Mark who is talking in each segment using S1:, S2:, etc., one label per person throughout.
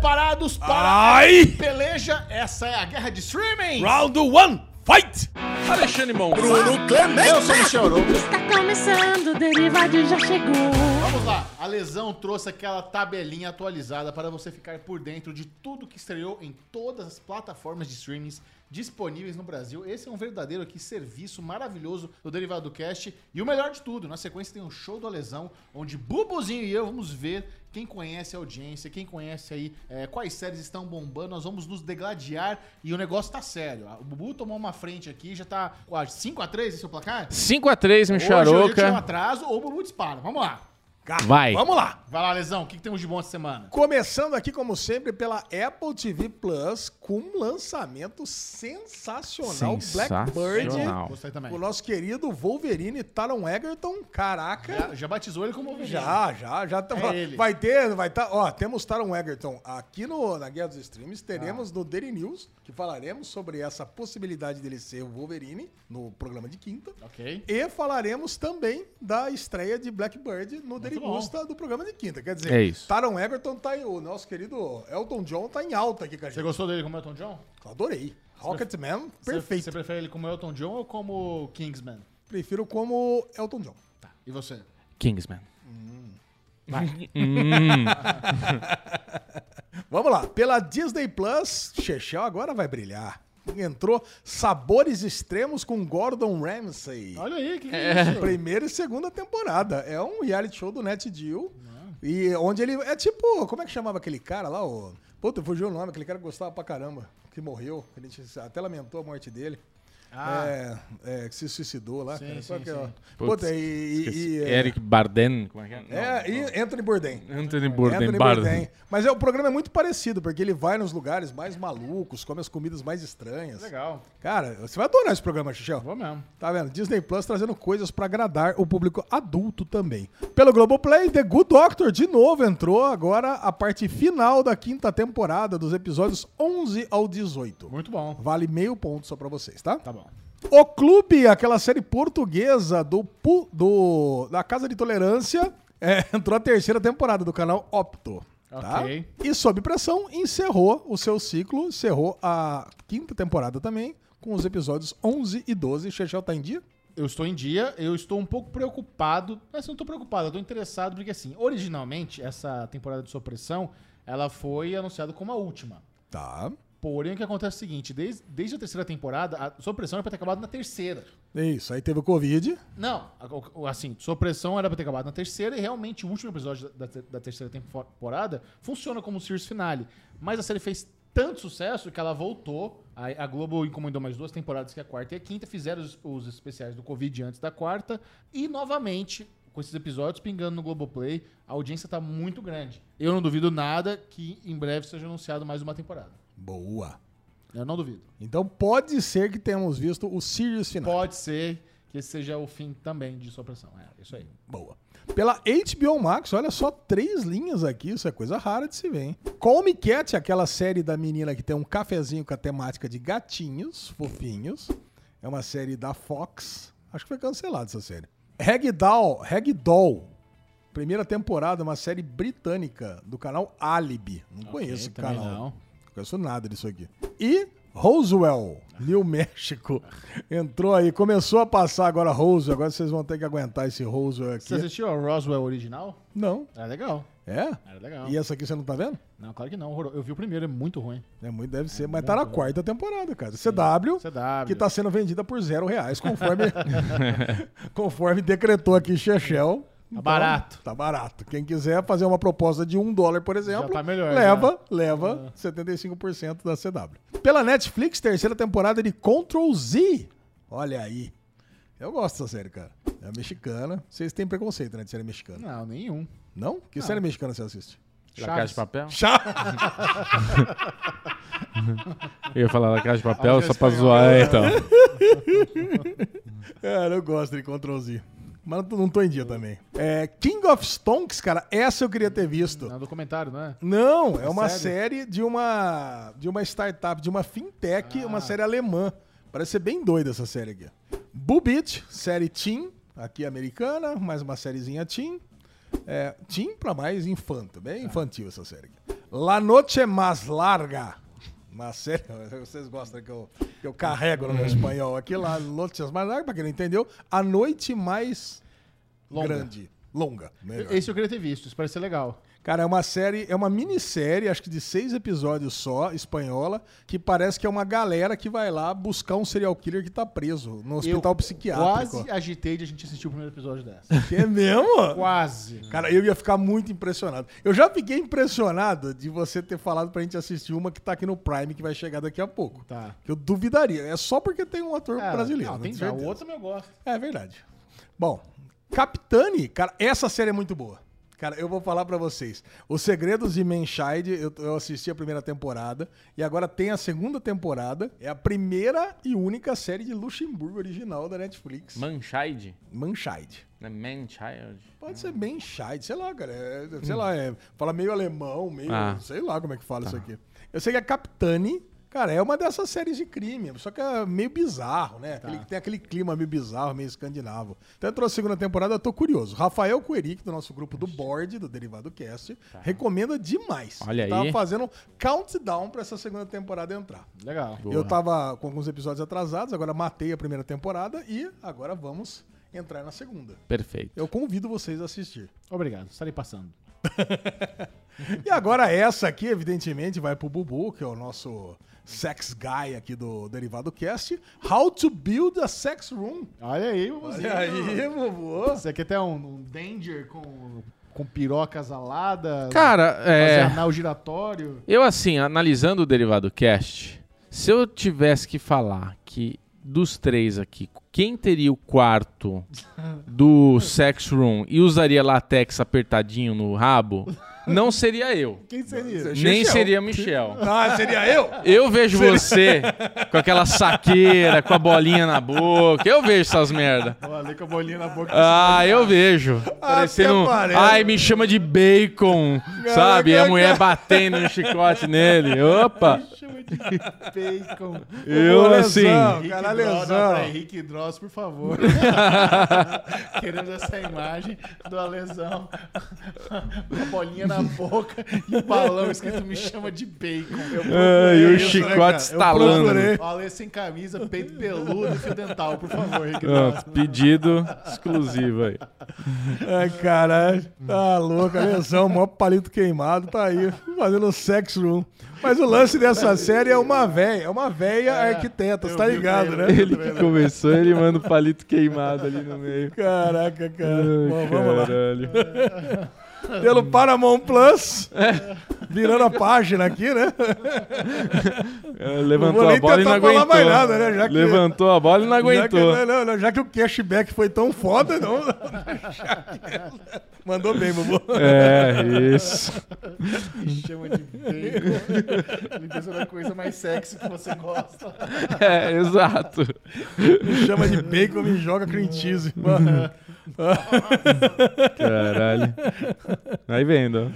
S1: convocados para
S2: Ai!
S1: peleja. Essa é a guerra de streaming.
S2: Round 1, fight! Alexandre Mão.
S3: Bruno Clemente.
S1: Eu sou o Michel Arouca.
S4: Está Tá começando, o Derivadinho já chegou.
S1: Vamos lá, a lesão trouxe aquela tabelinha atualizada para você ficar por dentro de tudo que estreou em todas as plataformas de streamings disponíveis no Brasil. Esse é um verdadeiro aqui serviço maravilhoso do Derivado Cast. E o melhor de tudo, na sequência tem um show da lesão, onde Bubuzinho e eu vamos ver quem conhece a audiência, quem conhece aí é, quais séries estão bombando, nós vamos nos degladiar e o negócio tá sério. O Bubu tomou uma frente aqui, já tá 5x3 esse é o placar?
S5: 5x3,
S1: Hoje, hoje eu tinha um
S5: Micharoca.
S1: atraso ou o Bubu dispara. Vamos lá.
S5: Vai.
S2: Vamos lá.
S1: Vai lá, Lesão, o que, que temos de bom essa semana?
S3: Começando aqui, como sempre, pela Apple TV Plus, com um lançamento sensacional. Blackbird.
S5: Sensacional.
S1: Gostei também.
S3: O nosso querido Wolverine Taron Egerton. Caraca.
S1: Já, já batizou ele como Wolverine.
S3: Já, já, já. tá-
S1: É ele.
S3: vai ter, vai estar. ó, temos Taron Egerton aqui no, na Guerra dos Streams. Teremos no Daily News, que falaremos sobre essa possibilidade dele ser o Wolverine no programa de quinta.
S1: Ok.
S3: E falaremos também da estreia de Blackbird no Derigusta do programa de quinta. Quer dizer,
S5: É isso.
S3: Taron Egerton tá em, o nosso querido Elton John tá em alta aqui com a
S1: Você
S3: gente.
S1: gostou dele como Elton John?
S3: Adorei. Rocketman,
S1: Você-
S3: perfeito.
S1: Você prefere ele como Elton John ou como Kingsman?
S3: Prefiro como Elton John.
S1: Tá. E você?
S5: Kingsman.
S3: Vamos lá, pela Disney Plus, Chechel agora vai brilhar. Entrou Sabores Extremos com Gordon Ramsay.
S1: Olha aí, que, que é isso?
S3: Primeira e segunda temporada. É um reality show do Net Deal. E onde ele. É tipo. Como é que chamava aquele cara lá? O... Puta, fugiu o nome, aquele cara que gostava pra caramba, que morreu. que A gente até lamentou a morte dele. É, é, que se suicidou lá.
S1: Ah. Sim,
S3: cara. Qual
S1: sim,
S3: que é?
S1: sim.
S3: Puta, e. e- e- é,
S5: Eric Barden. Como é que é?
S3: é, e Anthony Bourdain.
S5: Anthony Bourdain.
S3: Anthony
S5: Barden.
S3: Bourdain. Mas é, o programa é muito parecido, porque ele vai nos lugares mais malucos, come as comidas mais estranhas.
S1: Legal.
S3: Cara, você vai adorar esse programa, Xixel.
S1: Vou mesmo.
S3: Tá vendo? Disney Plus trazendo coisas pra agradar o público adulto também. Pelo Globoplay, The Good Doctor de novo entrou agora a parte final da quinta temporada dos episódios 11 ao 18.
S1: Muito bom.
S3: Vale meio ponto só pra vocês, tá?
S1: Tá bom.
S3: O Clube, aquela série portuguesa do, pu- do- da Casa de Tolerância, é, entrou a terceira temporada do canal Opto. Tá?
S1: Ok.
S3: E Sob Pressão encerrou o seu ciclo, encerrou a quinta temporada também, com os episódios 11 e 12. Chechel tá em dia?
S1: Eu estou em dia, eu estou um pouco preocupado. Mas eu não estou preocupado, eu estou interessado, porque assim, originalmente, essa temporada de supressão, ela foi anunciada como a última.
S3: Tá.
S1: Porém, o que acontece é o seguinte, desde, desde a terceira temporada, a supressão era pra ter acabado na terceira.
S3: É Isso, aí teve o Covid.
S1: Não, a- o- o- assim, sua pressão era pra ter acabado na terceira e realmente o último episódio da, da- da terceira temporada funciona como um series finale. Mas a série fez tanto sucesso que ela voltou. A, a Globo encomendou mais duas temporadas, que é a quarta e a quinta. Fizeram os, os especiais do Covid antes da quarta. E novamente, com esses episódios pingando no Globoplay, a audiência tá muito grande. Eu não duvido nada que em breve seja anunciado mais uma temporada.
S3: Boa.
S1: Eu não duvido.
S3: Então pode ser que tenhamos visto o Sirius final.
S1: Pode ser que esse seja o fim também de sua pressão. É, isso aí.
S3: Boa. Pela HBO Max, olha só, três linhas aqui, isso é coisa rara de se ver, hein? Call Me Cat, aquela série da menina que tem um cafezinho com a temática de gatinhos fofinhos. É uma série da Fox. Acho que foi cancelada essa série. Ragdoll, Ragdoll. Primeira temporada, uma série britânica do canal Alibi. Não conheço o
S1: também
S3: canal.
S1: não.
S3: Não conheço nada disso aqui. E Roswell, New México. Entrou aí, começou a passar agora Roswell. Agora vocês vão ter que aguentar esse Roswell aqui.
S1: Você assistiu ao Roswell original?
S3: Não.
S1: Era legal.
S3: É?
S1: Era legal.
S3: E essa aqui você não tá vendo?
S1: Não, claro que não. horror- Eu vi o primeiro, é muito ruim.
S3: É muito, deve ser. Mas tá na quarta temporada, cara. CW,
S1: CW.
S3: que tá sendo vendida por zero reais, conforme, conforme decretou aqui Chechel.
S1: Tá
S3: Então,
S1: barato.
S3: Tá barato. Quem quiser fazer uma proposta de um dólar, por exemplo,
S1: tá melhor, Ah.
S3: leva, leva 75% da CW. Pela Netflix, terceira temporada de Control Z. Olha aí. Eu gosto dessa série, cara. É mexicana. Vocês têm preconceito, né, de série mexicana?
S1: Não, nenhum.
S3: Não? Que série mexicana você assiste?
S5: La Casa de Papel?
S3: Chaves.
S5: Eu ia falar La Casa de Papel só pra zoar, então.
S3: Cara, eu gosto de Ctrl Z. Mas não tô- não tô em dia também. É, King of Stonks, cara, essa eu queria ter visto.
S1: É um documentário, não é?
S3: Não, é uma série de uma de uma startup, de uma fintech, uma série alemã. Parece ser bem doida essa série aqui. Bubit, série teen, aqui americana, mais uma sériezinha teen. É, teen pra mais infanto, bem infantil essa série aqui. La Noche Más Larga. Uma série, vocês gostam que eu, que eu carrego no meu espanhol aqui. La Noche Más Larga, pra quem não entendeu, A Noite Mais
S1: Longa.
S3: Grande. Longa. melhor.
S1: Esse eu queria ter visto, isso parece ser legal.
S3: Cara, é uma série, é uma minissérie, acho que de seis episódios só, espanhola, que parece que é uma galera que vai lá buscar um serial killer que tá preso no hospital
S1: eu
S3: psiquiátrico.
S1: Quase agitei de a gente assistir o primeiro episódio dessa.
S3: Que é mesmo?
S1: quase.
S3: Cara, eu ia ficar muito impressionado. Eu já fiquei impressionado de você ter falado pra gente assistir uma que tá aqui no Prime, que vai chegar daqui a pouco.
S1: Tá.
S3: Que eu duvidaria. É só porque tem um ator
S1: Cara,
S3: brasileiro.
S1: Não,
S3: né?
S1: tem
S3: De
S1: já. O
S3: certeza.
S1: outro eu gosto.
S3: É verdade. Bom, Capitane, cara, essa série é muito boa. Cara, eu vou falar pra vocês. Os Segredos de Manshide, eu, eu assisti a primeira temporada e agora tem a segunda temporada. É a primeira e única série de Luxemburgo original da Netflix.
S2: Manchide?
S3: Manshide.
S2: Não é Manchild?
S3: Pode ser Manshide, sei lá, cara. é- sei lá, é, fala meio alemão, meio.
S2: Ah.
S3: Sei lá como é que fala isso aqui. Eu sei que a Capitane, cara, é uma dessas séries de crime, só que é meio bizarro, né?
S2: Tá.
S3: Aquele- tem aquele clima meio bizarro, meio escandinavo. Então entrou a segunda temporada, eu tô curioso. Rafael Coeric, do nosso grupo do board, do Derivado Cast, recomenda demais.
S2: Tá. Olha aí.
S3: Tava fazendo um countdown pra essa segunda temporada entrar.
S1: Legal.
S3: Eu tava com alguns episódios atrasados, agora matei a primeira temporada e agora vamos entrar na segunda.
S2: Perfeito.
S3: Eu convido vocês a assistir.
S1: Obrigado, estarei passando.
S3: E agora essa aqui, evidentemente, vai pro Bubu, que é o nosso sex guy aqui do Derivado Cast. How to build a sex room.
S1: Olha aí, Bubuzinho.
S3: Bubu.
S1: Isso aqui até é um, um danger com, com piroca alada.
S2: Cara,
S1: fazer
S2: é.
S1: anal giratório.
S2: Eu, assim, analisando o derivado cast, se eu tivesse que falar que dos três aqui, quem teria o quarto do sex room e usaria latex apertadinho no rabo, não seria eu.
S1: Quem seria?
S2: Nem
S3: Michel.
S2: seria Michel.
S3: é Ah, seria eu?
S2: Eu vejo você com aquela saqueira, com a bolinha na boca. Eu vejo essas merda.
S1: Olha, com a bolinha na boca.
S2: Ah, eu vejo. Parecendo. um-
S3: parece.
S2: Ai, me chama de bacon, sabe? E a mulher batendo no chicote nele. Opa!
S1: Chama de bacon.
S2: Eu,
S3: Ô,
S2: assim.
S3: lesão.
S1: Henrique
S3: Cara,
S1: Dross,
S3: lesão.
S1: não, pra Henrique Dross, por favor. Queremos essa imagem do Alesão com a bolinha na boca e o balão escrito me chama de bacon.
S2: Ai, é, o
S3: isso, né,
S2: chicote
S3: cara? Eu procurei.
S2: estalando. né?
S1: O Ale sem camisa, peito peludo e fio dental, por favor, Henrique Dross.
S2: Ah, pedido exclusivo aí.
S3: Ai, caralho. Tá louco, a lesão, maior palito queimado, tá aí, fazendo sex room. Mas o lance dessa série é uma véia, é uma véia arquiteta, você tá
S1: vi o
S3: ligado, né?
S1: trailer.
S2: Ele que começou, ele manda o palito queimado ali no meio.
S3: Caraca, cara. Bom,
S2: Ai,
S3: vamos lá.
S2: caralho.
S3: pelo Paramount Plus. Virando a página aqui, né?
S2: É,
S3: Não vou
S2: Levantou
S3: nem
S2: a bola e não
S3: tentar falar
S2: aguentou.
S3: mais nada, né, já que-
S2: Levantou a bola e não aguentou.
S3: Já que, não, não, já que o cashback foi tão foda, não. já que- Mandou bem, Bubu.
S2: É, isso.
S1: Me chama de bacon. Ele pensou na coisa mais sexy que você gosta.
S2: É, exato.
S3: Me chama de bacon, me joga cream cheese. Mano.
S2: Caralho. Aí vendo.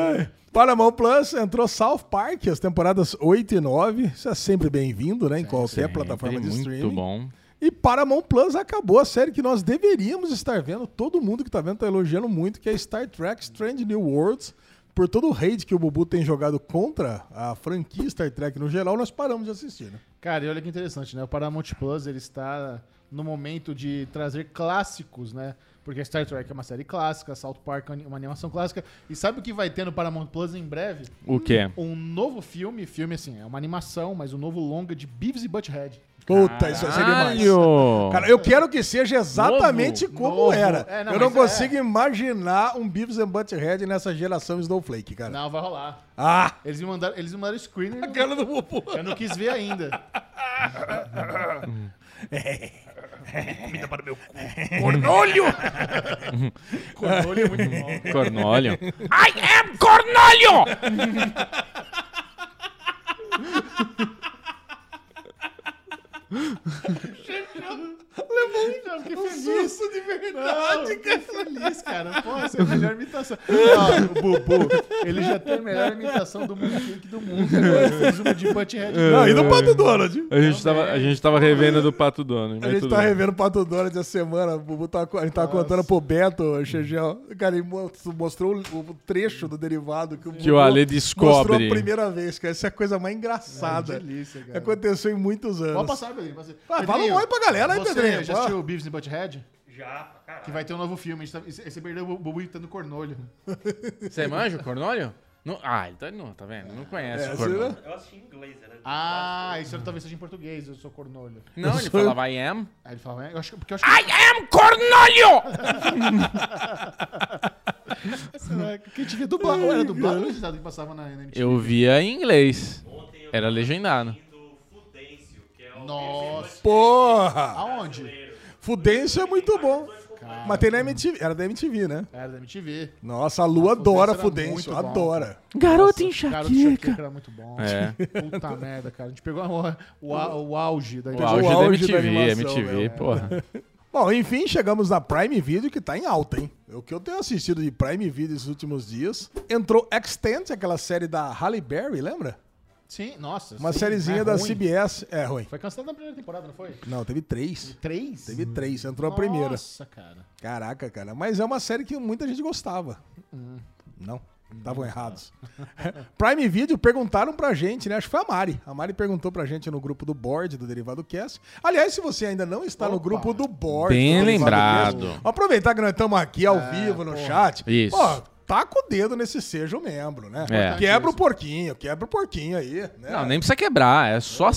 S3: Paramount Plus entrou South Park, as temporadas 8 e 9. Isso é sempre bem-vindo, né? Em qualquer plataforma de
S2: Muito
S3: streaming.
S2: bom.
S3: E Paramount Plus acabou a série que nós deveríamos estar vendo. Todo mundo que tá vendo tá elogiando muito, que é Star Trek Strange New Worlds. Por todo o hate que o Bubu tem jogado contra a franquia Star Trek no geral, nós paramos de assistir, né?
S1: Cara, e olha que interessante, né? O Paramount Plus, ele está no momento de trazer clássicos, né? Porque Star Trek é uma série clássica, South Park é uma animação clássica. E sabe o que vai ter no Paramount Plus em breve?
S2: O
S3: Hum,
S2: quê?
S1: Um novo filme, filme assim, é uma animação, mas um novo longa de Beavis e Butthead.
S3: Puta, isso é seria demais.
S2: Caralho!
S3: Cara, eu quero que seja exatamente
S2: Novo,
S3: como
S1: novo.
S3: era.
S1: É, não,
S3: eu não
S1: mas
S3: consigo imaginar um Beavis and Butthead nessa geração Snowflake, cara.
S1: Não, vai rolar.
S3: Ah!
S1: Eles me mandaram, eles me mandaram screener, eu
S3: Cara do Bubu.
S1: não- eu não quis ver ainda.
S3: Olho!
S1: Cornolho é muito bom.
S2: Cornólio. I am Cornólio!
S1: Eu fiquei feliz. de verdade, cara. Eu fiquei feliz, cara. Pô, essa é a melhor imitação. Ó, o Bubu, ele já tem a melhor imitação coração do Mooncake do mundo. Eu fiz uma de Butthead.
S3: Não, e do Pato Donald.
S5: A gente, tava, a gente tava revendo do Pato Dono.
S3: A gente tá revendo o Pato Donald essa semana. O Bubu tava co- a gente tava contando pro Beto, Xegel. Cara, ele mo- mostrou o o trecho do derivado que o,
S5: Que o
S3: Bubu
S5: Ale
S3: mostrou
S5: descobre.
S3: a primeira vez, cara. Essa é a coisa mais engraçada.
S1: delícia, é um cara.
S3: Aconteceu em muitos anos.
S1: Pode passar, Pedrinho. pode ser.
S3: Ah, fala
S1: Pedrinho,
S3: um oi pra galera aí,
S1: você
S3: Pedrinho,
S1: já
S3: pô.
S1: assistiu o Beavis and Butthead?
S6: Já, pra caralho.
S1: Que vai ter um novo filme. a gente tá- Você você perdeu o Bubu imitando cornolho.
S2: Você manja o Cornólio? Não- ah, ele tá, não, tá vendo? Não conhece
S3: É,
S2: o
S3: você-
S2: Cornólio.
S6: Eu assisti em inglês, era.
S1: Ah, isso talvez seja em português, eu sou cornolho.
S2: Não, ele falava I am.
S1: Aí ele fala, é, eu acho, que- porque eu acho
S2: I am Cornólio!
S1: que. Quem devia dublar? Ou era dublado ou era ditado que passava na na MTV?
S2: Eu via em inglês.
S6: Ontem eu
S2: Era legendado.
S6: do Fudêncio, que é o.
S1: Nossa.
S3: Porra!
S1: Aonde?
S3: Fudêncio é muito bom. Mas tem na MTV. Era da MTV, né?
S1: Era da MTV.
S3: Nossa, a Lu
S1: Fudêncio
S3: adora
S1: era
S3: Fudêncio.
S1: muito bom,
S3: Adora.
S1: Garota enxaqueca. Garota enxaqueca era muito bom.
S2: É.
S1: Puta merda, cara. A gente pegou a- o, a- o auge da
S2: O
S1: MTV.
S2: auge
S3: o
S2: da
S3: auge da
S2: MTV,
S3: animação,
S2: MTV,
S3: né?
S2: porra.
S3: Bom, enfim, chegamos na Prime Video, que tá em alta, hein? O que eu tenho assistido de Prime Video esses últimos dias. Entrou Extent, aquela série da Halle Berry, lembra?
S1: Sim, nossa.
S3: Uma
S1: sim,
S3: sériezinha
S1: é
S3: da
S1: ruim.
S3: CBS. É ruim.
S1: Foi cancelada na primeira temporada, não foi?
S3: Não, teve três.
S1: Três?
S3: Teve três, entrou a primeira.
S1: Nossa, cara.
S3: Caraca, cara. Mas é uma série que muita gente gostava. Não, estavam errados. Prime Video perguntaram pra gente, né? Acho que foi a Mari. A Mari perguntou pra gente no grupo do board do Derivado Cast. Aliás, se você ainda não está no
S1: Opa.
S3: grupo do board.
S2: Bem
S3: do Derivado
S2: lembrado.
S3: Cast, aproveitar que nós estamos aqui ao vivo no chat.
S2: Isso.
S3: Pô, taca o dedo nesse seja o membro, né?
S2: É.
S3: Quebra o porquinho, quebra o porquinho aí. Né?
S2: Não, nem precisa quebrar. É só R$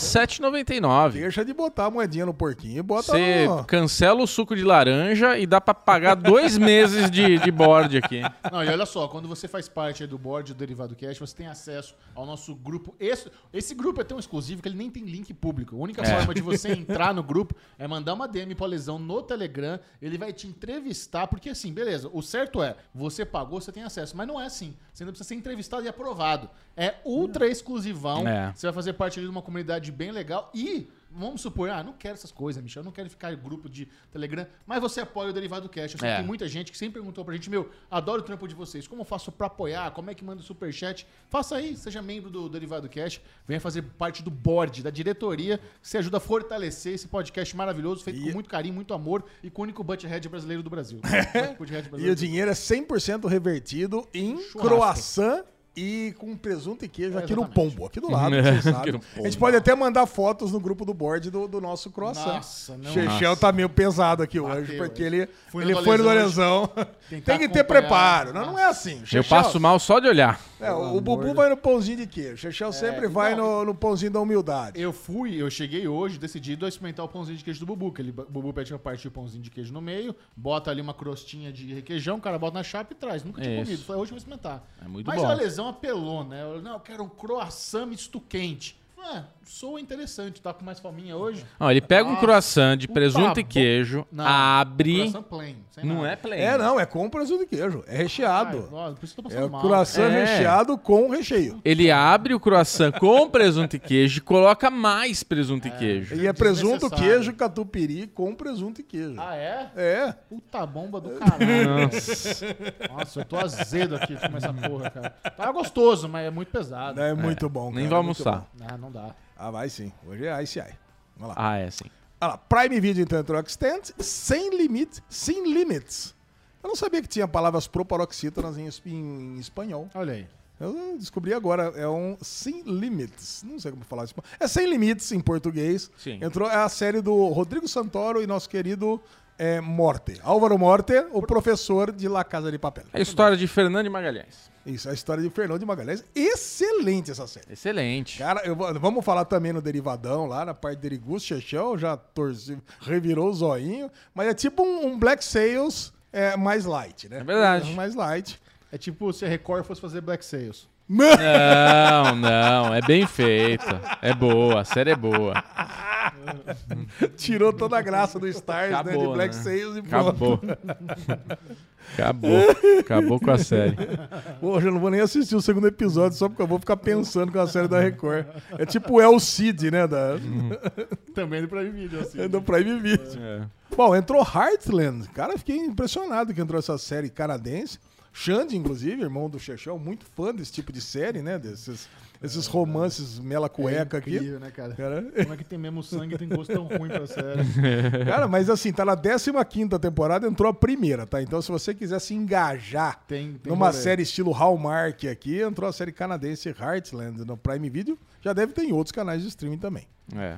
S2: 7,99.
S3: Deixa de botar a moedinha no porquinho e bota
S2: Você
S3: no...
S2: cancela o suco de laranja e dá pra pagar dois meses de, de board aqui.
S1: Não, e olha só, quando você faz parte aí do board do Derivado Cash, você tem acesso ao nosso grupo. Esse, esse grupo é tão exclusivo que ele nem tem link público. A única
S2: É.
S1: forma de você entrar no grupo é mandar uma DM pro Lesão no Telegram. Ele vai te entrevistar, porque assim, beleza, o certo é, você pagou, você tem acesso. Mas não é assim. Você ainda precisa ser entrevistado e aprovado. É ultra exclusivão.
S2: É.
S1: Você vai fazer parte ali de uma comunidade bem legal e. Vamos supor, ah, não quero essas coisas, Michel, não quero ficar em grupo de Telegram, mas você apoia o Derivado Cash. Eu sei que
S2: É.
S1: tem muita gente que sempre perguntou pra gente, meu, adoro o trampo de vocês, como eu faço pra apoiar, como é que manda o superchat? Faça aí, seja membro do Derivado Cash, venha fazer parte do board, da diretoria, que você ajuda a fortalecer esse podcast maravilhoso, feito
S3: E-
S1: com muito carinho, muito amor e com o único butthead brasileiro do Brasil. Butthead
S3: E
S1: brasileiro
S3: o dinheiro é 100% revertido em
S1: Churrasco.
S3: croissant e com presunto e queijo
S1: É,
S3: aqui no
S1: exatamente.
S3: Pombo, aqui do lado,
S2: É,
S3: vocês
S2: aqui
S3: sabem.
S2: no
S3: A gente
S2: Pombo.
S3: pode até mandar fotos no grupo do board do, do nosso croissant.
S1: Nossa, não.
S3: Chechel tá meio pesado aqui hoje,
S1: Bateu,
S3: porque
S1: hoje.
S3: ele,
S1: Fui
S3: ele
S1: no
S3: foi no
S1: Dolezão
S3: lesão. Tem
S1: Tentar
S3: que ter
S1: acompanhar.
S3: preparo. Não, não é assim.
S2: Eu
S3: Chechel-
S2: passo mal só de olhar.
S3: É, o Bubu vai no pãozinho de queijo. Chechel sempre vai
S1: É, não,
S3: no, no pãozinho da humildade.
S1: Eu fui, eu cheguei hoje decidido a experimentar o pãozinho de queijo do Bubu, que ele, o Bubu pede pra partir o pãozinho de queijo no meio, bota ali uma crostinha de requeijão, o cara bota na chapa e traz. Nunca tinha
S2: Isso.
S1: comido, falei, hoje eu vou experimentar.
S2: É muito
S1: Mas
S2: bom.
S1: a lesão apelou, né? Eu, não, eu quero um croissant misto quente. Ah, soa interessante, tá com mais fominha hoje?
S2: Ó, ele pega um
S1: Nossa,
S2: croissant de
S1: puta
S2: presunto e
S1: bo-
S2: queijo,
S1: Não,
S2: abre.
S1: Croissant plain, sem
S2: Não
S1: nada.
S2: é plain.
S3: É, não, é com presunto e queijo. É
S1: Ai,
S3: recheado.
S1: nossa, por isso que eu tô
S3: É
S1: passando
S3: o
S1: mal.
S3: croissant
S2: É.
S3: recheado com recheio.
S2: Ele abre o croissant com presunto e queijo e coloca mais presunto e queijo.
S3: E é presunto,
S1: Desnecessário.
S3: queijo, catupiry com presunto e queijo.
S1: Ah, é?
S3: É.
S1: Puta bomba do caralho. Nossa, eu tô azedo aqui com essa porra, cara. Tá gostoso, mas é muito pesado.
S3: É muito bom.
S2: Nem
S3: cara,
S2: vai
S3: muito
S2: almoçar.
S3: bom.
S1: Ah, não dá.
S3: Ah, vai sim. Hoje é Ice Eye. Vamos lá.
S2: Ah, é sim.
S3: Olha lá. Prime Video então entrou Extent, sem limite, sem limites. Eu não sabia que tinha palavras proparoxítonas em, esp- em espanhol.
S1: Olha aí.
S3: Eu descobri agora, é um sem limites. Não sei como falar isso. É sem limites em português.
S2: Sim.
S3: Entrou é a série do Rodrigo Santoro e nosso querido é, Morte. Álvaro Morte, o professor de La Casa de Papel.
S2: É A história de Fernando de Magalhães.
S3: Isso, a história de Fernando de Magalhães. Excelente essa série.
S2: Excelente.
S3: Cara, eu vou- vamos falar também no Derivadão, lá na parte de Derigusto, Chechel já torci, revirou o zoinho, mas é tipo um, um Black Sales é, mais light, né?
S2: É verdade.
S3: mais light.
S1: É tipo se a Record fosse fazer Black Sales.
S3: Não,
S2: Não, não, é bem feita. É boa, a série é boa.
S3: tirou toda a graça do Stars, né? De
S2: Acabou,
S3: Black
S2: né?
S3: Sales e
S2: Acabou.
S3: pronto.
S2: Acabou. Acabou com a série.
S3: Hoje eu não vou nem assistir o segundo episódio, só porque eu vou ficar pensando com a série da Record. É tipo o El Cid, né? Da,
S1: Também do Prime Video, assim.
S3: do Prime Video.
S2: É.
S3: Bom, entrou Heartland. Cara, fiquei impressionado que entrou essa série canadense. Xande, inclusive, irmão do Chechel, muito fã desse tipo de série, né? Desses esses romances mela cueca aqui.
S1: incrível, né, cara?
S3: Cara,
S1: Como é que tem mesmo sangue e tem gosto tão ruim pra série?
S3: cara, mas assim, tá na 15 temporada, entrou a primeira, tá? Então, se você quiser se engajar
S1: Tem- tem
S3: numa
S1: rolê.
S3: série estilo Hallmark aqui, entrou a série canadense Heartland no Prime Video. Já deve ter em outros canais de streaming também.
S2: É.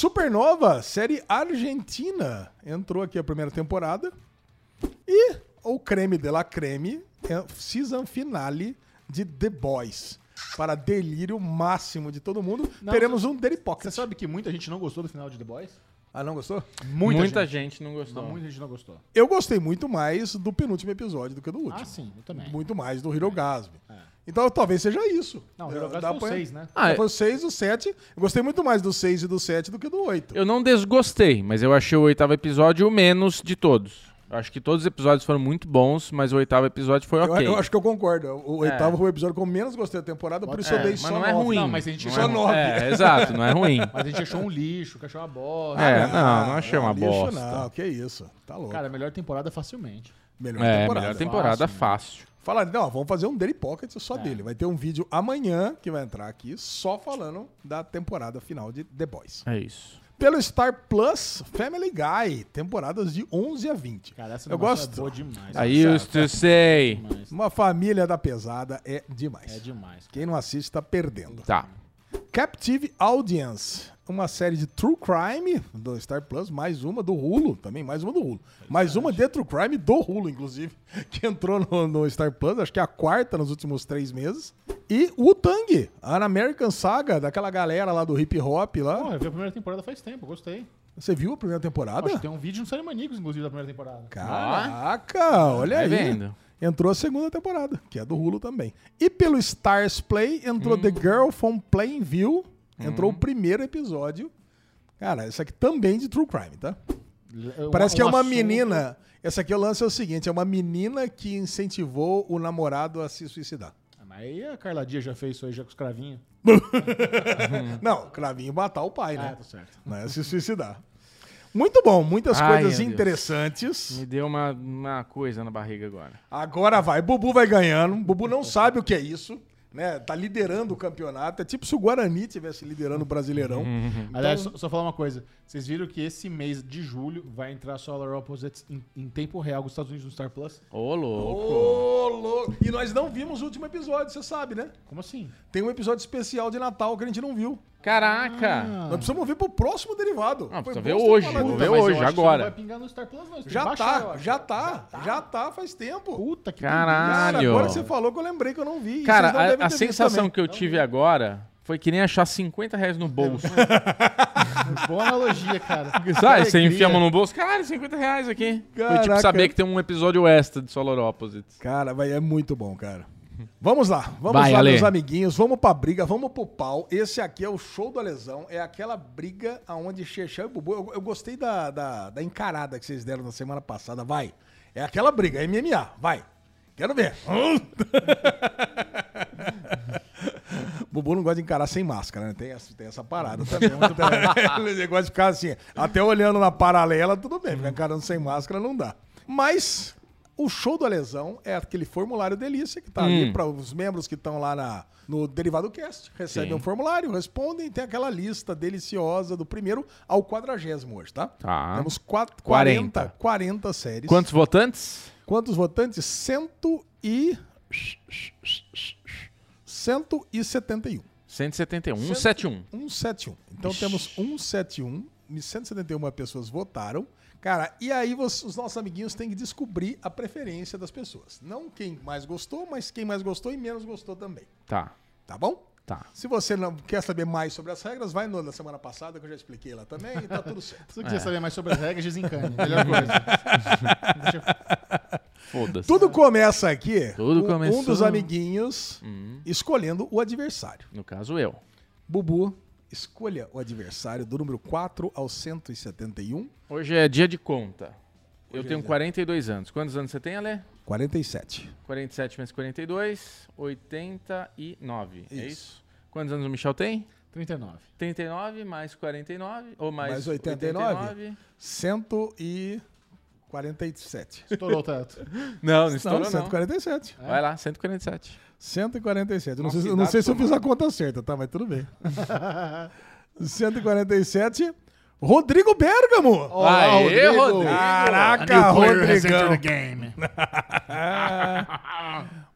S3: Supernova, série argentina. Entrou aqui a primeira temporada. E o creme de la creme, é season finale de The Boys. Para delírio máximo de todo mundo,
S1: Não,
S3: teremos um Daily Pocket.
S1: Você sabe que muita gente não gostou do final de The Boys?
S3: Ah, não gostou?
S2: Muita, gente. não gostou.
S1: Não, muita gente não gostou.
S3: Eu gostei muito mais do penúltimo episódio do que do último.
S1: Ah, sim, eu também.
S3: Muito mais do Hirogasm. Então talvez seja isso.
S1: Não, o
S3: Eh,
S1: Hirogato
S3: dá
S1: foi o
S3: pra-
S1: 6, né?
S2: Ah,
S3: Foi o 6, o 7. Eu gostei muito mais do 6 e do 7 do que do 8.
S2: eu não desgostei, mas eu achei o oitavo episódio o menos de todos. Eu acho que todos os episódios foram muito bons, mas o oitavo episódio foi
S3: Eu-
S2: ok.
S3: Eu, acho que eu concordo. O oitavo foi o episódio que eu menos gostei da temporada, por isso eu
S2: É,
S3: dei
S2: mas
S3: só
S2: não é
S3: nove.
S2: ruim.
S1: Não, É. mas a gente
S2: não
S1: só
S2: é ruim.
S3: nove.
S2: É, exato, não é ruim.
S1: Mas a gente achou um lixo, que achou uma bosta.
S2: É, não, não achei uma
S3: lixo
S2: bosta.
S3: Não, que isso. Tá louco.
S1: Cara, melhor temporada facilmente.
S3: melhor
S2: É,
S3: temporada.
S2: melhor temporada fácil.
S3: Falar, não, vamos fazer um Daily Pocket
S1: É.
S3: só dele. Vai ter um vídeo amanhã que vai entrar aqui só falando da temporada final de The Boys.
S2: É isso.
S3: Pelo Star Plus, Family Guy, temporadas de 11 a 20.
S1: Cara, essa
S3: eu
S1: animação
S3: gosto.
S1: é boa demais.
S2: I used to say.
S1: Demais.
S3: Uma família da pesada é demais.
S1: É demais.
S3: Quem não assiste tá perdendo.
S2: Tá.
S3: Captive Audience, uma série de True Crime do Star Plus, mais uma do Hulu, também mais uma do Hulu. Mais uma de True Crime do Hulu, inclusive, que entrou no, no Star Plus, acho que é a quarta nos últimos três meses. E o Tang, a American Saga, daquela galera lá do hip hop lá.
S1: Porra, eu vi a primeira temporada faz tempo, gostei.
S3: Você viu a primeira temporada?
S1: Acho que tem um vídeo no Série Maníacos, inclusive, da primeira temporada.
S3: Caraca, olha
S2: Vai
S3: aí.
S2: vendo.
S3: Entrou a segunda temporada, que é do Hulu também. E pelo Stars Play, entrou The
S2: Hum.
S3: Girl from Plainview. Entrou o primeiro episódio. Cara, essa aqui também de True Crime, tá?
S1: Um-
S3: Parece que é
S1: um
S3: uma
S1: assunto-
S3: menina. Essa aqui o lance é o seguinte: é uma menina que incentivou o namorado a se suicidar.
S1: Ah, Mas aí a Carla Dias já fez isso aí, já com os cravinhos.
S2: Uhum.
S3: Não, Cravinho matar o pai,
S1: Ah,
S3: né?
S1: tá certo.
S3: Não é se suicidar. Muito bom, muitas
S2: Ai,
S3: coisas
S2: meu Deus.
S3: interessantes.
S2: Me deu uma, uma coisa na barriga agora.
S3: Agora vai, Bubu vai ganhando. Bubu não sabe o que é isso, né? Tá liderando o campeonato. É tipo se o Guarani tivesse liderando o Brasileirão.
S2: Uhum.
S1: Aliás, Então, só, só falar uma coisa. Vocês viram que esse mês de julho vai entrar Solar Opposites em, em tempo real dos Estados Unidos no Star Plus?
S2: Ô, louco.
S3: Ô, louco! E nós não vimos o último episódio, você sabe, né?
S1: Como assim?
S3: Tem um episódio especial de Natal que a gente não viu.
S2: Caraca.
S3: Nós precisamos ver pro próximo derivado.
S2: Ah,
S3: Foi
S2: precisa
S3: bom
S2: ver
S3: você ter
S2: hoje,
S3: falado
S2: vou
S3: isso.
S2: ver
S1: mas eu
S2: hoje,
S1: acho que isso
S2: agora.
S1: Não vai pingar no Star Plus, não. Isso tem
S3: Já,
S1: que baixar, eu
S3: tá,
S1: acho.
S3: já tá, já tá, faz tempo.
S1: Puta que
S2: Caralho.
S3: Cara, agora que você falou que eu lembrei que eu não vi. E
S2: Cara,
S3: vocês não devem
S2: a, a
S3: ter visto
S2: sensação
S3: também.
S2: que eu tive agora foi que nem achar 50 reais no bolso.
S1: pariu. Boa analogia, cara.
S2: Sabe, você
S1: Alegria.
S2: enfia a mão no bolso, caralho, 50 reais aqui. Foi tipo
S3: Caraca.
S2: saber que tem um episódio extra de Solar Opposites.
S3: Cara, vai, é muito bom, cara. Vamos lá, vamos
S2: Vai,
S3: lá,
S2: Ale.
S3: meus amiguinhos, vamos pra briga, vamos pro pau. Esse aqui é o show do Alesão, é aquela briga aonde Chechão e Bubu. Eu, eu gostei da, da, da encarada que vocês deram na semana passada, vai. É aquela briga, é MMA, vai. Quero ver. Bubu não gosta de encarar sem máscara, né? Tem essa, tem essa parada também. Ele gosta de ficar assim, até olhando na paralela, tudo bem, ficar encarando sem máscara não dá. Mas o show da lesão é aquele formulário delícia que tá
S2: Hum.
S3: ali para os membros que estão lá na, no Derivado Cast. Recebem
S2: Sim.
S3: um formulário, respondem, tem aquela lista deliciosa do primeiro ao quadragésimo hoje, tá?
S2: Tá.
S3: Temos quatro, 40,
S2: 40.
S3: 40, séries.
S2: Quantos votantes?
S3: Quantos votantes? Cento e... 171.
S2: 171.
S3: Cento-
S2: 171.
S3: 171. Então temos 171, 171 pessoas votaram. Cara, e aí você- os nossos amiguinhos têm que descobrir a preferência das pessoas. Não quem mais gostou, mas quem mais gostou e menos gostou também.
S2: Tá,
S3: Tá bom?
S2: tá.
S3: Se você não quer saber mais sobre as regras, vai no da semana passada que eu já expliquei lá também e tá tudo certo.
S1: Se você quiser
S2: É.
S1: saber mais sobre as regras, desencane. Melhor coisa. Deixa eu-
S2: Foda-se.
S3: Tudo começa aqui.
S2: Tudo
S3: com Um
S2: começou.
S3: dos amiguinhos escolhendo o adversário.
S2: No caso, eu.
S3: Bubu, escolha o adversário do número 4 ao 171,
S2: Hoje é dia de conta. Eu tenho 42 anos. Quantos anos você tem, Ale?
S3: 47.
S2: 47 menos 42, 89. É
S3: Isso.
S2: isso? Quantos anos o Michel tem?
S1: 39.
S2: 39 mais 49, ou mais,
S3: Mais 89?
S2: 89.
S3: 140. 47.
S1: Estourou o teto.
S2: Não, não estourou não. É.
S3: 147.
S2: Vai lá, 147.
S3: 147. Eu não sei, eu não sei se eu fiz a conta certa, tá? Mas tudo bem. 147. Rodrigo Bergamo.
S1: Olá,
S2: Aê,
S1: Rodrigo.
S2: Rodrigo.
S3: Caraca, Rodrigão.
S1: game.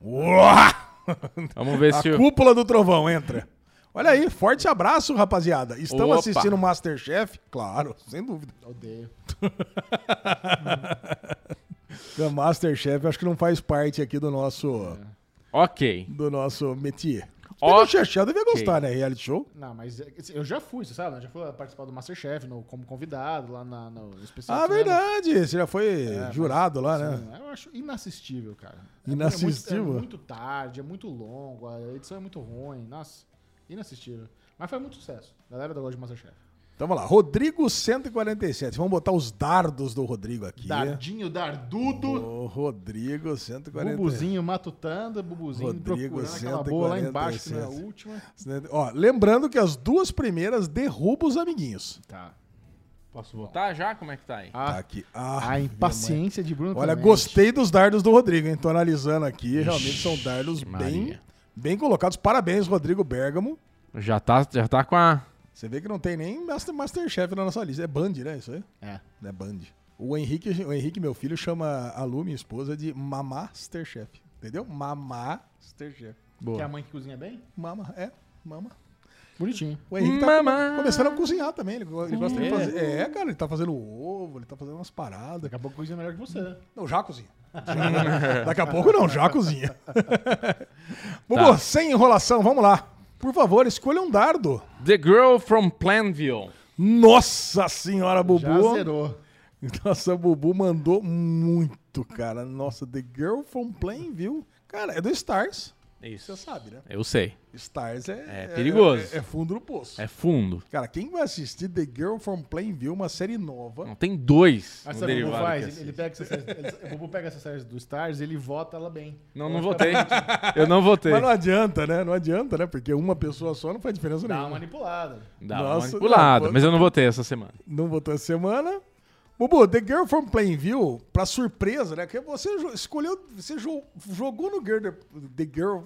S3: Uá!
S2: Vamos ver se
S3: A
S2: o...
S3: cúpula do trovão entra. Olha aí, forte abraço, rapaziada. Estão
S2: Opa.
S3: assistindo o Masterchef? Claro, sem dúvida.
S1: Odeio.
S3: O Masterchef acho que não faz parte aqui do nosso,
S2: Ok.
S3: do nosso métier.
S2: Ó-
S3: O Chechel devia gostar, né? Reality show.
S1: Não, mas é, assim, eu já fui, você sabe? Eu já fui participar do Masterchef no, como convidado lá na, no especial.
S3: Ah,
S1: que fizeram.
S3: verdade. Você já foi jurado lá, né?
S1: Sim, É, Eu acho inassistível, cara. É
S3: Inassistível?
S1: muito- É muito, tarde, é muito longo, a edição é muito ruim. Nossa, inassistível. Mas foi muito sucesso. Galera da Gold de Masterchef.
S3: Então vamos lá, Rodrigo 147. Vamos botar os dardos do Rodrigo aqui.
S1: Dardinho, dardudo.
S3: O Rodrigo 147.
S1: Bubuzinho matutando, Bubuzinho
S3: Rodrigo
S1: procurando aquela boa lá
S3: 147.
S1: embaixo, que não é a última.
S3: Ó, lembrando que as duas primeiras derrubam os amiguinhos.
S1: Tá. Posso voltar?
S2: Tá já? Como é que tá aí?
S1: Ah,
S3: Tá aqui. Ah,
S1: A impaciência de Bruno
S3: Olha,
S1: Clemente.
S3: gostei dos dardos do Rodrigo, hein? Tô analisando aqui, realmente são dardos bem,
S2: Maria.
S3: bem colocados. Parabéns, Rodrigo Bergamo.
S2: Já tá, já tá com a...
S3: Você vê que não tem nem Master, Masterchef na nossa lista. É Band, né? Isso aí?
S1: É.
S3: É Band. O Henrique, o Henrique, meu filho, chama a Lu, minha esposa, de Mamasterchef. Entendeu? Mamasterchef.
S1: Que é a
S2: Boa.
S1: mãe que cozinha bem?
S3: Mama, é, mama.
S1: Bonitinho.
S3: O Henrique tá
S2: Mama.
S3: começando a cozinhar também. Ele, ele gosta de
S2: É.
S3: fazer. É, cara, ele tá fazendo ovo, ele tá fazendo umas paradas.
S1: Daqui a pouco cozinha melhor que você. né?
S3: Não, já cozinha. Já- Daqui a pouco não, já cozinha. Bubu,
S2: Tá.
S3: sem enrolação, vamos lá. Por favor, escolha um dardo.
S2: The Girl from Planville.
S3: Nossa senhora, Bubu.
S1: Já zerou.
S3: Nossa, Então, Bubu mandou muito, cara. Nossa, The Girl from Plainview. Cara, é do Stars. Você
S2: Isso.
S3: sabe, né?
S2: Eu sei.
S3: Stars é...
S2: É perigoso.
S3: É, é fundo do poço.
S2: É fundo.
S3: Cara, quem vai assistir The Girl from Plainview, uma série nova...
S2: Não tem dois.
S1: Mas
S2: no
S1: sabe o que o Bubu
S2: derivado que
S1: faz?
S2: assiste.
S1: Ele pega essa série, ele- o Bubu pega essa série do Stars ele vota ela bem.
S2: Não, não votei. Eu não votei.
S3: Mas não adianta, né? Não adianta, né? Porque uma pessoa só não faz diferença
S1: Dá uma
S3: nenhuma.
S1: manipulada.
S2: Dá uma
S3: Nossa,
S2: manipulada,
S3: não,
S2: mas eu não votei essa semana.
S3: Não votou essa semana. Bubu, The Girl from Plainview, pra surpresa, né? Que você jo- escolheu... Você jo- jogou no Girl, The Girl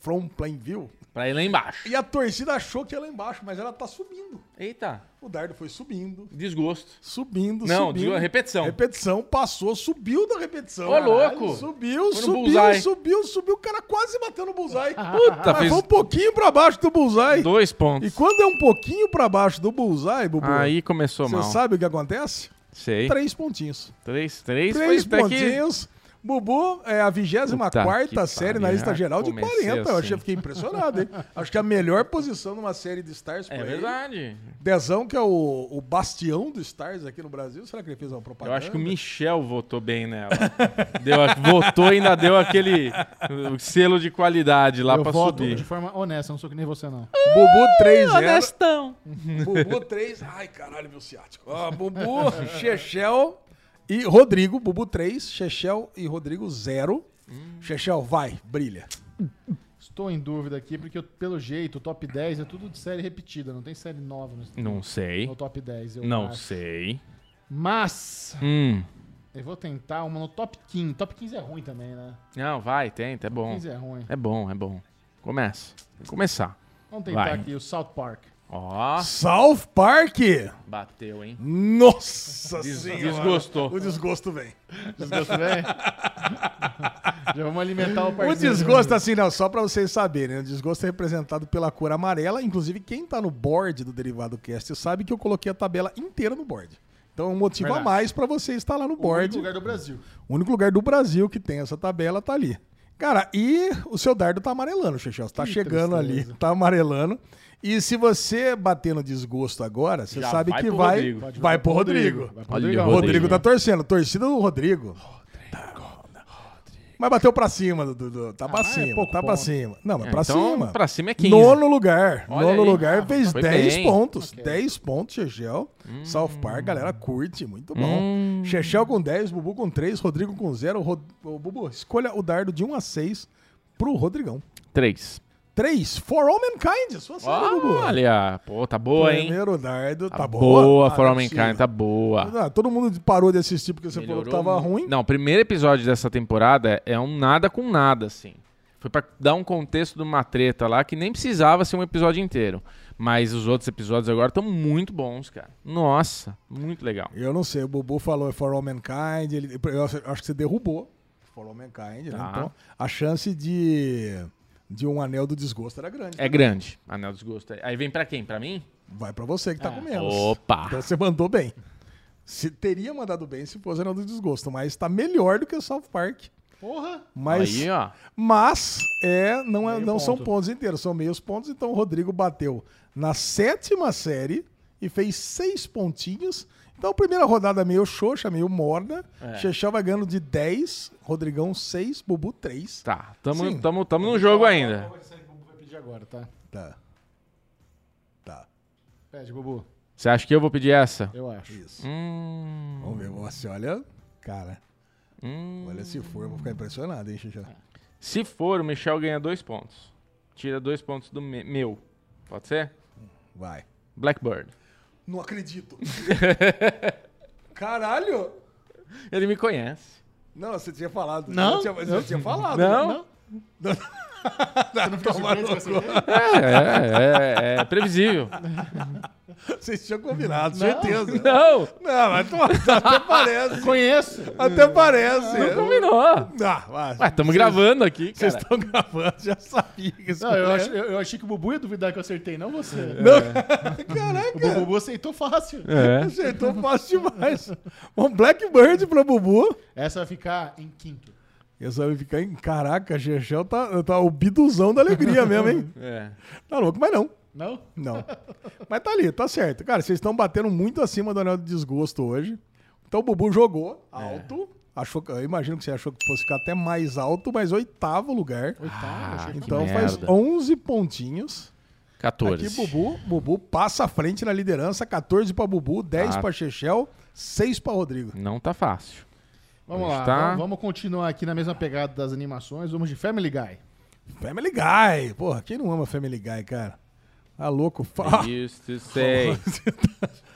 S3: from Plainview...
S2: Pra ir lá embaixo.
S3: E a torcida achou que ia lá embaixo, mas ela tá subindo.
S2: Eita,
S3: O dardo foi subindo,
S2: desgosto.
S3: subindo,
S2: Não,
S3: subindo.
S2: digo a repetição.
S3: Repetição, passou, subiu da repetição.
S2: Ô, louco!
S3: Subiu,
S2: Foi no
S3: subiu,
S2: bullseye.
S3: subiu, subiu. O cara quase bateu no bullseye.
S2: Puta,
S3: Mas
S2: fez
S3: foi um pouquinho pra baixo do bullseye.
S2: dois
S3: E
S2: pontos.
S3: quando é um pouquinho pra baixo do bullseye, Bubu,
S2: Aí começou
S3: você
S2: mal.
S3: sabe o que acontece?
S2: Sei.
S3: Três pontinhos.
S2: Três, três,
S3: Três
S2: foi até que-
S3: pontinhos. Bubu é a 24
S2: Puta que
S3: série
S2: pariu.
S3: na lista
S2: Ah,
S3: geral de
S2: comecei
S3: 40. Eu achei,
S2: assim.
S3: fiquei impressionado, hein? Acho que a melhor posição numa série de Stars
S2: É
S3: Play.
S2: verdade.
S3: Dezão, que é o, o bastião do Stars aqui no Brasil. Será que ele fez uma propaganda?
S2: Eu acho que o Michel votou bem nela. Deu a- votou e ainda deu aquele uh, selo de qualidade lá
S1: eu
S2: pra
S1: voto de
S2: subir.
S1: forma honesta, não sou que nem você, não.
S3: Bubu 3 0
S2: Honestão.
S3: Bubu 3. Ai, caralho, meu ciático. Ó, Bubu, Chechel e Rodrigo. Bubu 3, Chechel e Rodrigo 0.
S2: Hum.
S3: Chechel, vai, brilha.
S1: Estou em dúvida aqui, porque eu- pelo jeito, o top 10 é tudo de série repetida, não tem série nova no,
S2: Não sei.
S1: no top 10. Eu
S2: Não
S1: acho.
S2: sei.
S1: Mas
S2: Hum.
S1: eu vou tentar uma no top 15. Top 15 é ruim também, né?
S2: Não, vai, tenta, é bom.
S1: 15 é ruim.
S2: É bom, é bom. Começa. Tem que começar.
S1: Vamos tentar
S2: Vai.
S1: aqui o South Park.
S2: Ó,
S3: South Park.
S2: bateu, hein?
S3: Nossa
S2: Des-
S3: senhora.
S2: desgostou.
S3: O desgosto vem.
S1: Desgosto vem? Já vamos alimentar o
S3: O
S1: parceiro.
S3: desgosto, assim, não, só pra vocês saberem, né? o desgosto é representado pela cor amarela. Inclusive, quem tá no board do Derivado Cast sabe que eu coloquei a tabela inteira no board. Então, é um motivo
S1: Verdade.
S3: a mais pra você estar lá
S1: O
S3: no
S1: único
S3: board.
S1: lugar do Brasil.
S3: O único lugar do Brasil que tem essa tabela tá ali. Cara, e o seu dardo tá amarelando, Xixel. Você tá
S1: Que
S3: chegando
S1: tristeza.
S3: ali, tá amarelando. E se você bater no desgosto agora, você
S2: Já
S3: sabe
S2: vai
S3: que
S2: pro
S3: vai,
S2: Rodrigo.
S3: vai, pro Rodrigo.
S1: Vai pro
S2: Olha,
S1: Rodrigão.
S3: O Rodrigo
S2: Rodrigo. né?
S3: tá torcendo. Torcida do Rodrigo. Mas bateu pra cima, Dudu. Tá
S2: Ah,
S3: pra
S1: mas é
S3: cima,
S1: pouco
S3: tá pra
S1: ponto.
S3: cima. Não, mas
S2: É,
S3: pra
S2: então,
S3: cima.
S2: pra cima é 15.
S3: Nono lugar.
S2: Olha
S3: Nono
S2: aí.
S3: lugar
S2: Ah,
S3: fez
S2: foi
S3: 10
S2: bem.
S3: pontos. 10 pontos, Chechel.
S2: Hum.
S3: South Park, galera curte. Muito bom. Chechel com 10, Bubu com 3, Rodrigo um com 0. Rod... Ô, Bubu, escolha o dardo de 1 a 6 pro Rodrigão.
S2: Três.
S3: 3, For All Mankind, sua série, Bubu.
S2: Olha, pô, tá boa, hein?
S3: Primeiro dardo, é tá,
S2: tá
S3: boa.
S2: boa,
S3: Ah,
S2: boa
S3: não
S2: For All
S3: é possível.
S2: Mankind, tá boa.
S3: Ah, todo mundo parou de assistir porque você
S2: Melhorou
S3: falou que tava
S2: muito.
S3: ruim.
S2: Não, o primeiro episódio dessa temporada é um nada com nada, assim. Foi pra dar um contexto de uma treta lá que nem precisava ser um episódio inteiro. Mas os outros episódios agora estão muito bons, cara. Nossa, muito legal.
S3: Eu não sei, o Bubu falou é For All Mankind, ele- eu acho eu acho que você derrubou For All Mankind, né?
S2: Tá.
S3: Então, a chance de, de um anel do desgosto era grande.
S2: É grande, Anel dos Gostos. Aí vem pra quem? Pra mim?
S3: Vai pra você que tá com menos.
S2: É. Opa!
S3: Então você mandou bem. Se teria mandado bem se fosse anel do desgosto, mas tá melhor do que o South Park.
S1: Porra!
S3: Mas,
S2: Aí, ó.
S3: mas é, não, é,
S1: Meio
S3: não são
S1: ponto.
S3: pontos inteiros, são meios pontos. Então o Rodrigo bateu na sétima série e fez seis pontinhos. Então, primeira rodada meio xoxa, meio morna.
S1: É.
S3: Chechel vai ganhando de 10, Rodrigão 6, Bubu 3.
S2: Tá, tamo,
S3: Sim.
S2: tamo, tamo no jogo ainda.
S1: Qual vai ser que o Bubu vai pedir agora, tá?
S3: Tá. Tá,
S1: Pede, Bubu.
S2: Você acha que eu vou pedir essa?
S1: Eu acho.
S3: isso.
S2: Hum,
S3: Vamos ver, você olha. Cara,
S2: hum.
S3: olha se for, eu vou ficar impressionado, hein, Chechel?
S2: Se for, o Michel ganha dois pontos. Tira dois pontos do me- meu. Pode ser?
S3: Vai.
S2: Blackbird.
S3: Não acredito. Caralho!
S2: Ele me conhece.
S3: Não, você tinha falado.
S1: Não?
S3: Você tinha, você tinha falado. né? tá
S2: Não?
S1: Você não fica surpreso com essa ideia?
S2: É, é, é, é previsível.
S3: Vocês tinham combinado, certeza.
S2: Não,
S3: Não, mas tu- até parece.
S1: Conheço!
S3: até parece.
S2: não combinou.
S3: Ah, vai.
S2: Ué, tamo gravando aqui,
S3: Vocês
S2: cara.
S3: estão gravando, já sabia que isso
S1: Não, eu,
S3: era.
S1: ach- eu- eu achei que o Bubu ia duvidar que eu acertei, não você.
S3: Caraca,
S1: O Bubu aceitou fácil.
S2: É.
S3: acertou fácil demais. Um Blackbird pra Bubu.
S1: Essa vai ficar em quinto.
S3: Eu só ia ficar em. Caraca, Xexel tá, tá o biduzão da alegria mesmo, hein?
S2: É.
S3: Tá louco, mas não.
S1: Não?
S3: Não. Mas tá ali, tá certo. Cara, vocês estão batendo muito acima do anel do desgosto hoje. Então o Bubu jogou alto. Achou, que- eu imagino que você achou que fosse ficar até mais alto, mas oitavo lugar.
S1: Oitavo, Tá, achei que
S3: Então
S2: que
S3: faz
S2: merda.
S3: 11 pontinhos. Aqui
S2: 14.
S3: Bubu, Bubu passa à frente na liderança. 14 pra Bubu, 10
S2: Tá.
S3: pra Chechel, 6 pra Rodrigo.
S2: Não tá fácil.
S3: então
S1: Vamos
S2: Hoje
S1: lá,
S2: tá.
S1: vamos, vamos continuar aqui na mesma pegada das animações. Vamos de Family Guy.
S3: Family Guy. Porra, quem não ama Family Guy, cara? Tá louco. Fa-
S2: Used to say.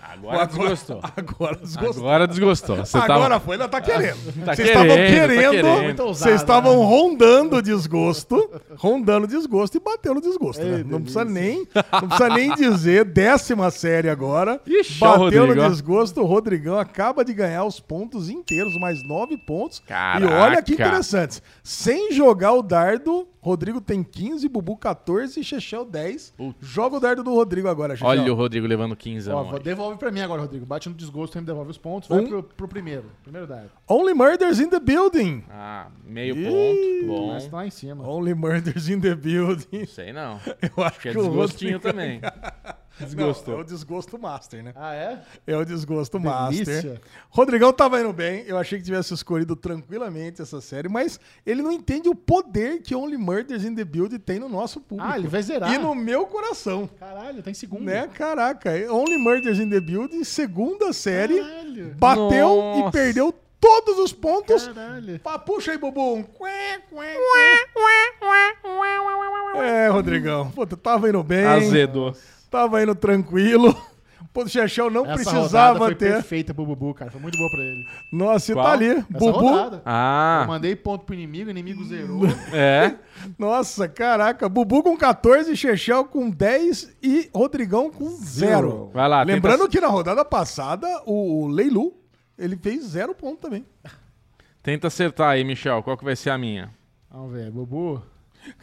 S2: Agora desgostou.
S3: Agora desgostou.
S2: Agora desgostou. Você
S3: Agora
S2: tava...
S3: foi, ela tá querendo.
S2: Tá
S3: Vocês estavam
S2: querendo, tá
S3: querendo,
S2: querendo.
S1: Muito ousado,
S3: vocês estavam
S1: né?
S3: rondando o desgosto, rondando o desgosto e bateu no desgosto. né? Não, precisa nem, não precisa nem dizer, décima série agora.
S2: Ixi, ó o
S3: bateu no
S2: Rodrigo, ó.
S3: desgosto, o Rodrigão acaba de ganhar os pontos inteiros, mais nove pontos.
S2: Caraca.
S3: E olha que interessante, sem jogar o dardo, Rodrigo tem 15, Bubu 14 e Chechel 10.
S2: Putz.
S3: Joga o dardo do Rodrigo agora, Chechel.
S2: Olha o Rodrigo levando 15
S1: Ó, vou-
S2: hoje.
S1: devolve pra mim agora, Rodrigo. Bate no desgosto, me devolve os pontos. Vai
S3: Um.
S1: pro, pro primeiro. Primeiro dado.
S3: Only Murders in the Building.
S2: Ah, meio
S3: Ih,
S2: ponto.
S1: Começa
S2: Bom.
S1: lá em cima.
S3: Only Murders in the Building.
S2: Não sei não.
S3: Eu acho
S2: Acho que é
S3: o Rodrigo-
S2: desgostinho também.
S3: Não,
S2: Desgostou.
S3: é o desgosto master, né?
S1: Ah, é?
S3: É o desgosto master.
S1: Delícia.
S3: Rodrigão tava indo bem. Eu achei que tivesse escolhido tranquilamente essa série, mas ele não entende o poder que Only Murders in the Build tem no nosso público.
S1: Ah, ele vai zerar.
S3: Um. e no meu coração.
S1: Caralho, tá em segundo.
S3: Né, caraca. Only Murders in the Build, segunda série.
S1: Caralho.
S3: Bateu e
S2: Nossa.
S3: perdeu todos os pontos.
S1: Caralho.
S3: Pá, puxa aí, Bubu. Um Quê, quê, quê. É, Rodrigão. Pô, tu tava indo bem.
S2: Azedou.
S3: Tava indo tranquilo. Pô, o Chechel não
S1: Essa rodada
S3: precisava
S1: foi
S3: ter.
S1: perfeita pro Bubu, cara. Foi muito boa pra ele.
S3: Nossa, e tá
S2: Qual?
S3: ali.
S1: Essa
S3: Bubu.
S1: rodada. Eu
S2: Ah,
S1: mandei ponto pro inimigo, o inimigo zerou.
S2: é.
S3: Nossa, caraca. Bubu com 14, Chechel com 10 e Rodrigão com 0.
S2: Vai lá, tenta-
S3: Lembrando que na rodada passada, o, o Leilu, ele fez 0 ponto também.
S2: Tenta acertar aí, Michel. Qual que vai ser a minha?
S1: Vamos ver, Bubu.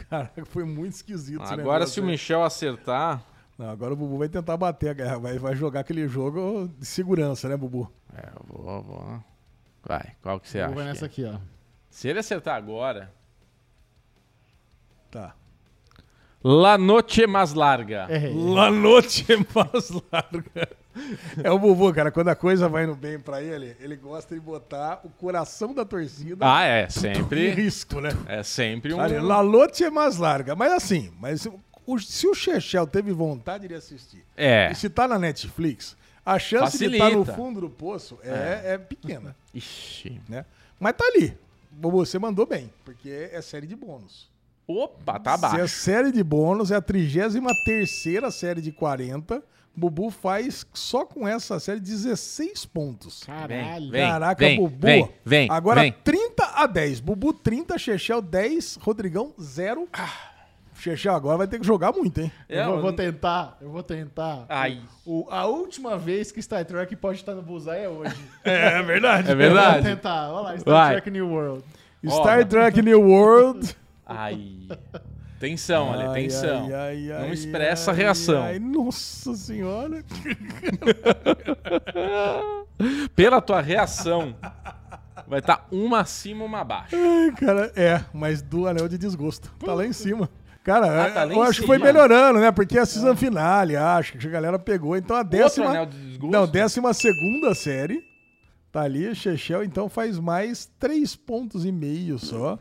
S3: Caraca, foi muito esquisito esse
S2: Agora,
S3: negócio
S2: se o
S3: aí.
S2: Michel acertar.
S3: Não, agora o Bubu vai tentar bater a guerra. Vai, vai jogar aquele jogo de segurança, né, Bubu?
S2: É, eu vou, eu vou. Vai, qual que você
S1: Bubu vai
S2: acha?
S1: nessa
S2: que é?
S1: aqui, ó.
S2: Se ele acertar agora.
S3: Tá.
S2: La noche mais larga.
S1: Errei.
S3: La noite É, mais larga. É o Bubu, cara. Quando a coisa vai no bem pra ele, ele gosta de botar o coração da torcida
S2: Ah, é.
S3: em
S2: Sempre.
S3: risco, né?
S2: É sempre um.
S3: Ali, La noite mais larga. Mas assim, mas o- se o Chechel teve vontade de assistir,
S2: É.
S3: e se tá na Netflix, a chance de estar no
S2: Facilita.
S3: fundo do poço é, é pequena,
S2: Ixi.
S3: né? Mas tá ali. Bubu, você mandou bem, porque é série de bônus.
S2: Opa, tá
S3: Se a
S2: baixo.
S3: série de bônus é a 33 série de 40. Bubu faz só com essa série 16 pontos.
S1: Caralho.
S2: Vem,
S3: Caraca,
S2: vem,
S3: Bubu.
S2: vem, vem,
S3: Agora
S2: vem.
S3: 30 a 10. Bubu 30, Chechel 10, Rodrigão 0. Chechel agora vai ter que jogar muito, hein?
S1: Eu vou, vou tentar, eu vou tentar.
S2: É, Ai.
S1: O- a última vez que Star Trek pode estar no Bullseye é hoje.
S3: É verdade.
S2: É
S1: Eu vou
S2: verdade?
S1: tentar. Olha lá, Star
S2: Vai.
S1: Trek New World.
S3: Star Trek New World.
S2: Ai. Tensão, Ale,
S3: Ai,
S2: tensão.
S3: ai, ai,
S2: Não
S3: ai,
S2: expressa a
S3: ai,
S2: reação.
S3: ai, nossa senhora.
S2: Pela tua reação, vai estar uma acima, uma abaixo.
S3: Ai, cara, é, mas do anel de desgosto. Tá lá em cima. Cara,
S2: Ah, tá lá
S3: eu
S2: em
S3: acho que foi
S2: cima.
S3: melhorando, né? Porque é a season finale, acho que a galera pegou. Então a décima.
S2: anel de desgosto?
S3: Não, décima segunda série. Tá ali, Chechel, então faz mais três pontos e meio só.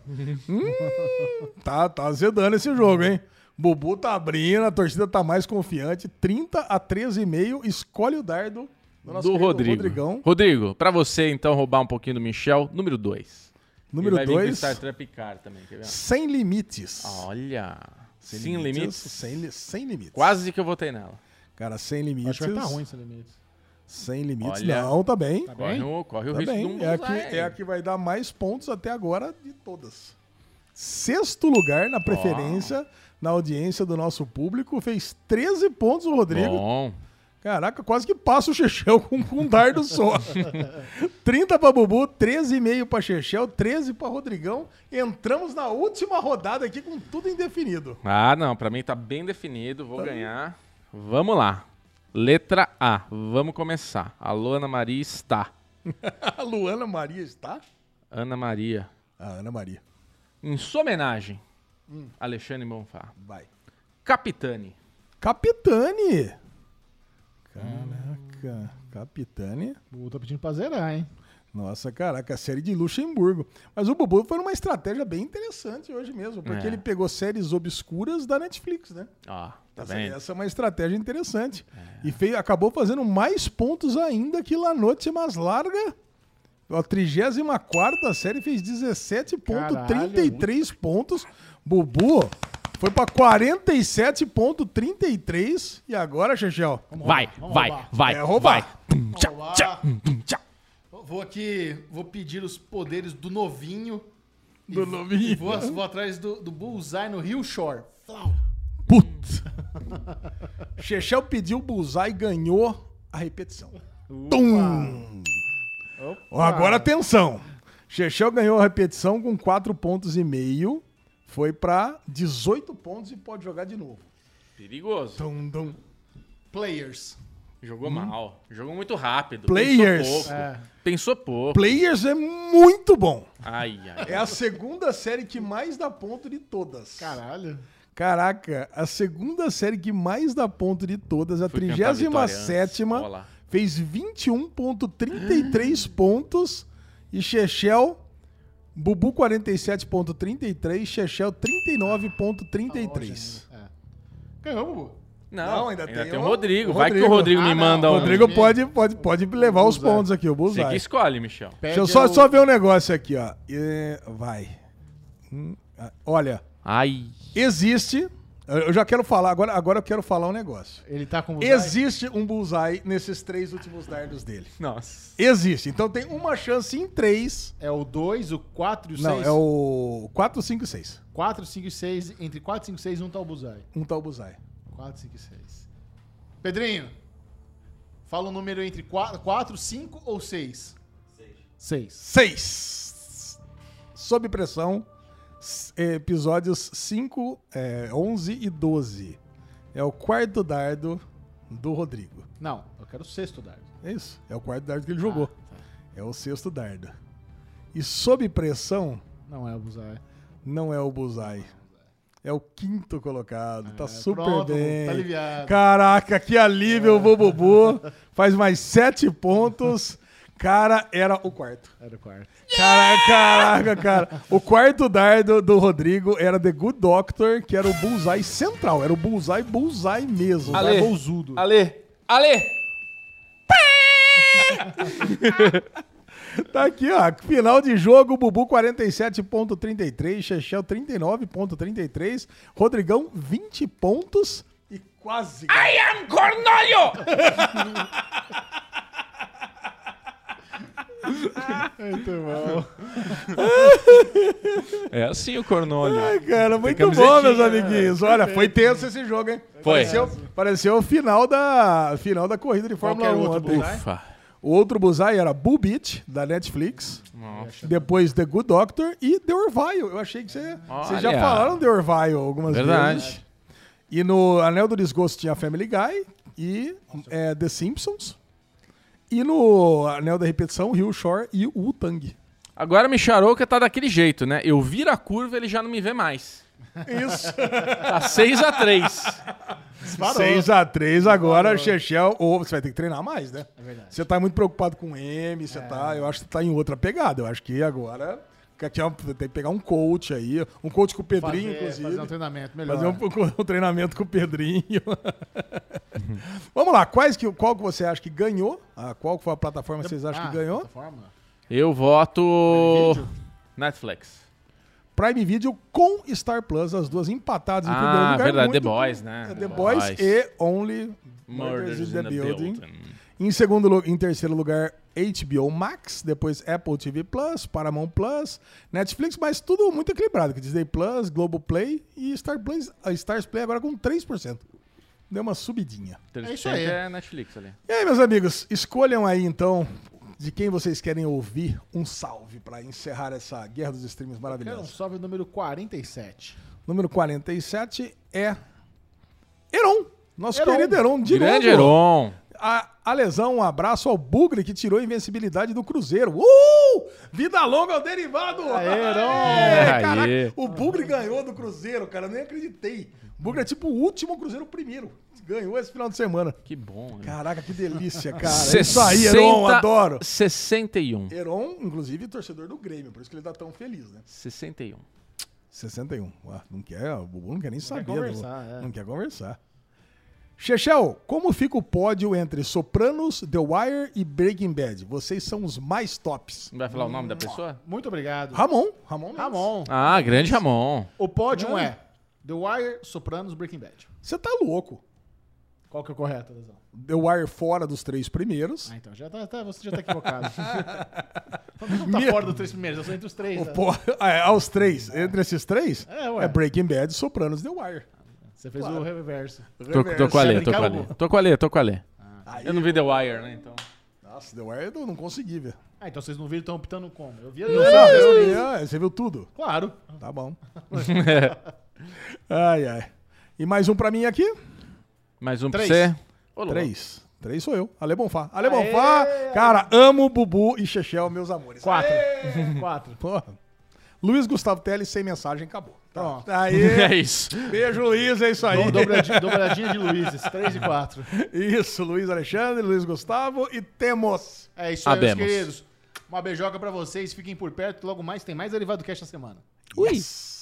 S3: Hum, tá, tá azedando esse jogo, hein? Bubu tá abrindo, a torcida tá mais confiante. 30 a 13,5, escolhe o dardo do nosso
S2: do
S3: querido
S2: Rodrigo.
S3: Rodrigão.
S2: Rodrigo, pra você então roubar um pouquinho do Michel, número 2.
S3: Número
S2: vai Vir com
S3: 2,
S2: Star Trek Picard também, quer ver?
S3: sem limites.
S2: Olha. Sem limites.
S3: Sem, li- sem limites.
S2: Quase que eu votei nela.
S3: Cara, sem limites.
S1: Acho que vai tá ruim esse limite.
S3: Sem limites.
S2: Olha.
S3: Não, tá bem. Tá,
S2: Corre,
S1: bem?
S2: o, corre o risco de
S3: bem.
S2: um
S3: É a, que,
S2: bullseye.
S3: é a que vai dar mais pontos até agora de todas. Sexto lugar na preferência, na audiência do nosso público. Fez 13 pontos o Rodrigo.
S2: Bom.
S3: Caraca, quase que passa o Chechel com, com um dardo só. 30 pra Bubu, 13,5 pra Chechel, 13 pra Rodrigão. Entramos na última rodada aqui com tudo indefinido.
S2: Ah, não, pra mim tá bem definido,
S3: Tá
S2: vou ganhar. Vamos lá. Letra A, vamos começar. Alô, Ana Maria está.
S3: A Luana Maria está?
S2: Ana Maria.
S3: A Ana Maria.
S2: Em sua homenagem, Alexandre Bonfá.
S3: Vai.
S2: Capitane.
S3: Capitane! Caraca, Capitane.
S1: Bubu tá pedindo pra zerar, hein?
S3: Nossa, caraca, a série de Luxemburgo. Mas o Bubu foi numa estratégia bem interessante hoje mesmo, porque
S2: É.
S3: ele pegou séries obscuras da Netflix, né?
S2: Ó, tá
S3: essa,
S2: vendo? É.
S3: essa é uma estratégia interessante. E fez, acabou fazendo mais pontos ainda que La Noite Mais Larga. A 34 série fez
S2: é
S3: 17,33 pontos. Bubu foi pra 47,33. E agora, Chechel?
S2: Vai,
S1: Vamos
S2: vai,
S1: roubar.
S2: vai,
S3: É roubar.
S2: vai. Tum, tchá,
S1: Vamos lá.
S2: tchá, tum, tchá.
S1: Eu Vou aqui, vou pedir os poderes do novinho.
S3: Do novinho.
S1: E vou, vou atrás do, do Bullseye no Rio Shore. Flau.
S3: Putz! Chechel pediu bullseye e ganhou a repetição. Tum! Ó, Agora atenção! Chechel ganhou a repetição com 4 pontos e meio. Foi pra 18 pontos e pode jogar de novo.
S2: Perigoso.
S3: Tum, tum.
S1: Players.
S2: Jogou mal. Jogou muito rápido.
S3: Players.
S2: Pensou pouco.
S1: É.
S2: Pensou pouco.
S3: Players é muito bom.
S2: Ai, ai.
S3: É a segunda série que mais dá ponto de todas.
S1: Caralho.
S3: Caraca, a segunda série que mais dá ponto de todas, a
S2: Fui cantar Vitória antes.
S3: 37
S2: Olha lá.
S3: fez 21.33 pontos e Chechel Bubu 47.33, Chechel 39.33.
S1: É. Ganhou, Bubu.
S2: Não,
S3: Não, ainda
S2: ainda,
S3: tem
S2: tem o
S3: o
S2: Rodrigo. Vai que o
S3: Rodrigo.
S2: Rodrigo
S1: Ah,
S2: me
S1: não,
S2: manda um.
S3: Rodrigo pode, pode, pode levar os
S1: Bullseye.
S3: pontos aqui, o
S2: Você que
S3: Bullseye.
S2: escolhe, Michel.
S3: Deixa eu só, só ver um negócio aqui, ó. É, vai. Hum, ah, olha,
S2: Ai.
S3: existe... Eu eu já quero falar, agora, agora eu quero falar um negócio.
S1: Ele tá com o Bullseye?
S3: Existe um bullseye nesses três últimos dardos dele.
S2: Nossa.
S3: Existe. Então tem uma chance em três.
S1: É o 2, o 4 e o 6.
S3: Não, é o 4, 5 e 6.
S1: 4, 5 e 6. Entre 4, 5 e 6, um tá o Bullseye.
S3: Um tal bullseye.
S1: 4, 5 e 6. Pedrinho, fala um número entre 4, 5 ou 6? 6.
S3: 6. Sob pressão, s- episódios 5, é, 11 e 12. É o quarto dardo do Rodrigo.
S1: Não, eu quero o sexto Ah, dardo.
S3: É isso. É o quarto dardo
S1: Tá.
S3: que ele jogou. É o sexto dardo. E sob pressão,
S1: Não é o Bullseye.
S3: não é o bullseye. É o quinto colocado. tá
S1: É,
S3: super
S1: pronto,
S3: bem.
S1: Tá aliviado. É.
S3: Caraca, que alívio, o Bububu. Faz mais sete pontos. Cara, era o quarto.
S1: Era o quarto.
S3: Caraca, caraca, cara. O quarto dardo do Rodrigo era The Good Doctor, que era o bullseye central. Era o bullseye, bullseye mesmo.
S2: Ale.
S3: Tá bolzudo.
S2: Ale. Ale!
S3: Tá aqui, ó. Final de jogo, Bubu 47.33, Chechel 39.33, Rodrigão 20 pontos e quase. ganhou.
S5: É assim o Cornolho.
S3: Ai, cara, muito bom,
S5: camisetinha,
S3: meus amiguinhos. Olha, foi tenso esse jogo, hein?
S5: Foi.
S3: Pareceu, pareceu o final da, final da corrida de Fórmula
S1: Qual
S3: 1
S1: que era o outro
S3: ontem.
S1: Buzai?
S2: Ufa.
S3: O outro Buzai era Bull Beach, da Netflix. Depois The Good Doctor e The Orville. Eu achei que você, vocês já
S2: Olha.
S3: falaram The Orville algumas vezes.
S2: Verdade.
S3: E no Anel do Desgosto tinha Family Guy e é, The Simpsons. E no Anel da Repetição, Rio Shore e o Tang.
S2: Agora me charouca tá daquele jeito, né? Eu viro a curva, ele já não me vê mais.
S3: Isso.
S2: Tá 6x3.
S3: 6x3 agora, Chechel. Ou você vai ter que treinar mais, né? É
S1: verdade. É.
S3: Você tá muito preocupado com M, você tá. Eu acho que tá em outra pegada. Eu acho que agora. que tinha- Tem que pegar um coach aí. Um coach com o Pedrinho,
S1: fazer,
S3: inclusive.
S1: fazer um treinamento melhor.
S3: Fazer um, um treinamento com o Pedrinho. Vamos lá, quais que, qual que você acha que ganhou? Ah, qual que foi a plataforma que vocês acham
S1: Ah,
S3: que ganhou?
S1: plataforma?
S2: Eu voto.
S1: Vídeo?
S2: Netflix.
S3: Prime Video com Star Plus, as duas empatadas em primeiro
S2: Ah,
S3: lugar.
S2: verdade. The
S3: muito
S2: Boys,
S3: com-
S2: né?
S3: The, Boys, e Only Murders, in the, building. Em segundo lu- em terceiro lugar, HBO Max, depois Apple TV Plus, Paramount Plus, Netflix, mas tudo muito equilibrado, que Disney Plus, Globoplay e Star Plus, a Stars Play agora com 3%. Deu uma subidinha.
S2: É
S1: isso aí.
S2: É Netflix ali.
S3: E aí, meus amigos, escolham aí então de quem vocês querem ouvir um salve pra encerrar essa guerra dos
S1: Quero
S3: streams
S1: um
S3: maravilhosa.
S1: salve número 47.
S3: Número 47 é Heron, nosso
S1: Heron.
S3: querido Heron de
S2: Grande
S3: novo.
S2: Heron.
S3: A, a lesão, um abraço ao Bugre que tirou a invencibilidade do Cruzeiro. Uh! Vida longa ao derivado!
S1: Aê, Heron!
S3: Aê, É, caraca,
S5: Aê.
S3: o Bugre ganhou do Cruzeiro, cara, eu nem acreditei. O Bugre é tipo o último o Cruzeiro, o primeiro. Ganhou esse final de semana.
S2: Que bom. né?
S3: Caraca, que delícia, cara. É Isso aí, Heron,
S2: 60,
S3: adoro.
S2: 61.
S3: Heron, inclusive, torcedor do Grêmio, por isso que ele tá tão feliz, né?
S2: 61.
S3: 61. Ué, um. Ah, não quer, o Bubu não quer nem saber.
S1: conversar,
S3: do-
S1: é.
S3: Não quer conversar. Chechel, como fica o pódio entre Sopranos, The Wire e Breaking Bad? Vocês são os mais tops.
S2: Não vai falar o nome da pessoa?
S1: Muito obrigado.
S3: Ramon, Ramon Mendes.
S1: Ramon.
S2: Ah, grande Ramon.
S1: O pódio é The Wire, Sopranos, Breaking Bad.
S3: Você tá louco.
S1: Qual que é o correto, Lesão?
S3: The Wire fora dos três primeiros.
S1: Ah, então, já tá, tá- você já tá equivocado. não tá fora dos três primeiros, eu sou entre os três.
S3: O
S1: né?
S3: pó- Ah, é, aos três, entre esses três,
S1: É,
S3: é,
S1: ué.
S3: Breaking Bad, Sopranos, The Wire.
S1: Você fez o reverso.
S2: Tô, tô com a Lê, tô com a
S1: brincar,
S2: Lê.
S1: Hugo?
S2: Tô com a Lê, tô com a Lê.
S3: é Aí,
S2: Eu não vi The Wire, né? Então.
S3: Nossa, The Wire eu não consegui ver.
S1: Ah, então vocês não viram, estão optando como? Eu vi
S3: Não, eu vi, ah, você viu tudo.
S1: Claro.
S3: Tá bom. ai, ai. E mais um pra mim aqui.
S2: Mais um pra
S1: Três.
S2: você. Ô, louco.
S3: Três. Três sou eu. Ale Bonfá. Ale Bonfá, cara, amo Bubu e Chechel, meus amores.
S1: Quatro. Quatro.
S3: Porra. Luiz Gustavo Teles, sem mensagem, acabou. Tá.
S2: É
S3: Aí,
S2: isso.
S3: beijo, Luiz, é isso aí.
S1: Do- Dobradinha, dobradinha é de Luizes, três e quatro.
S3: Isso, Luiz Alexandre, Luiz Gustavo e temos.
S1: É isso aí, meus
S2: Habemos.
S1: queridos. Uma beijoca pra vocês, fiquem por perto. Logo mais, tem mais Derivado Cash na semana.
S3: Ui. Yes.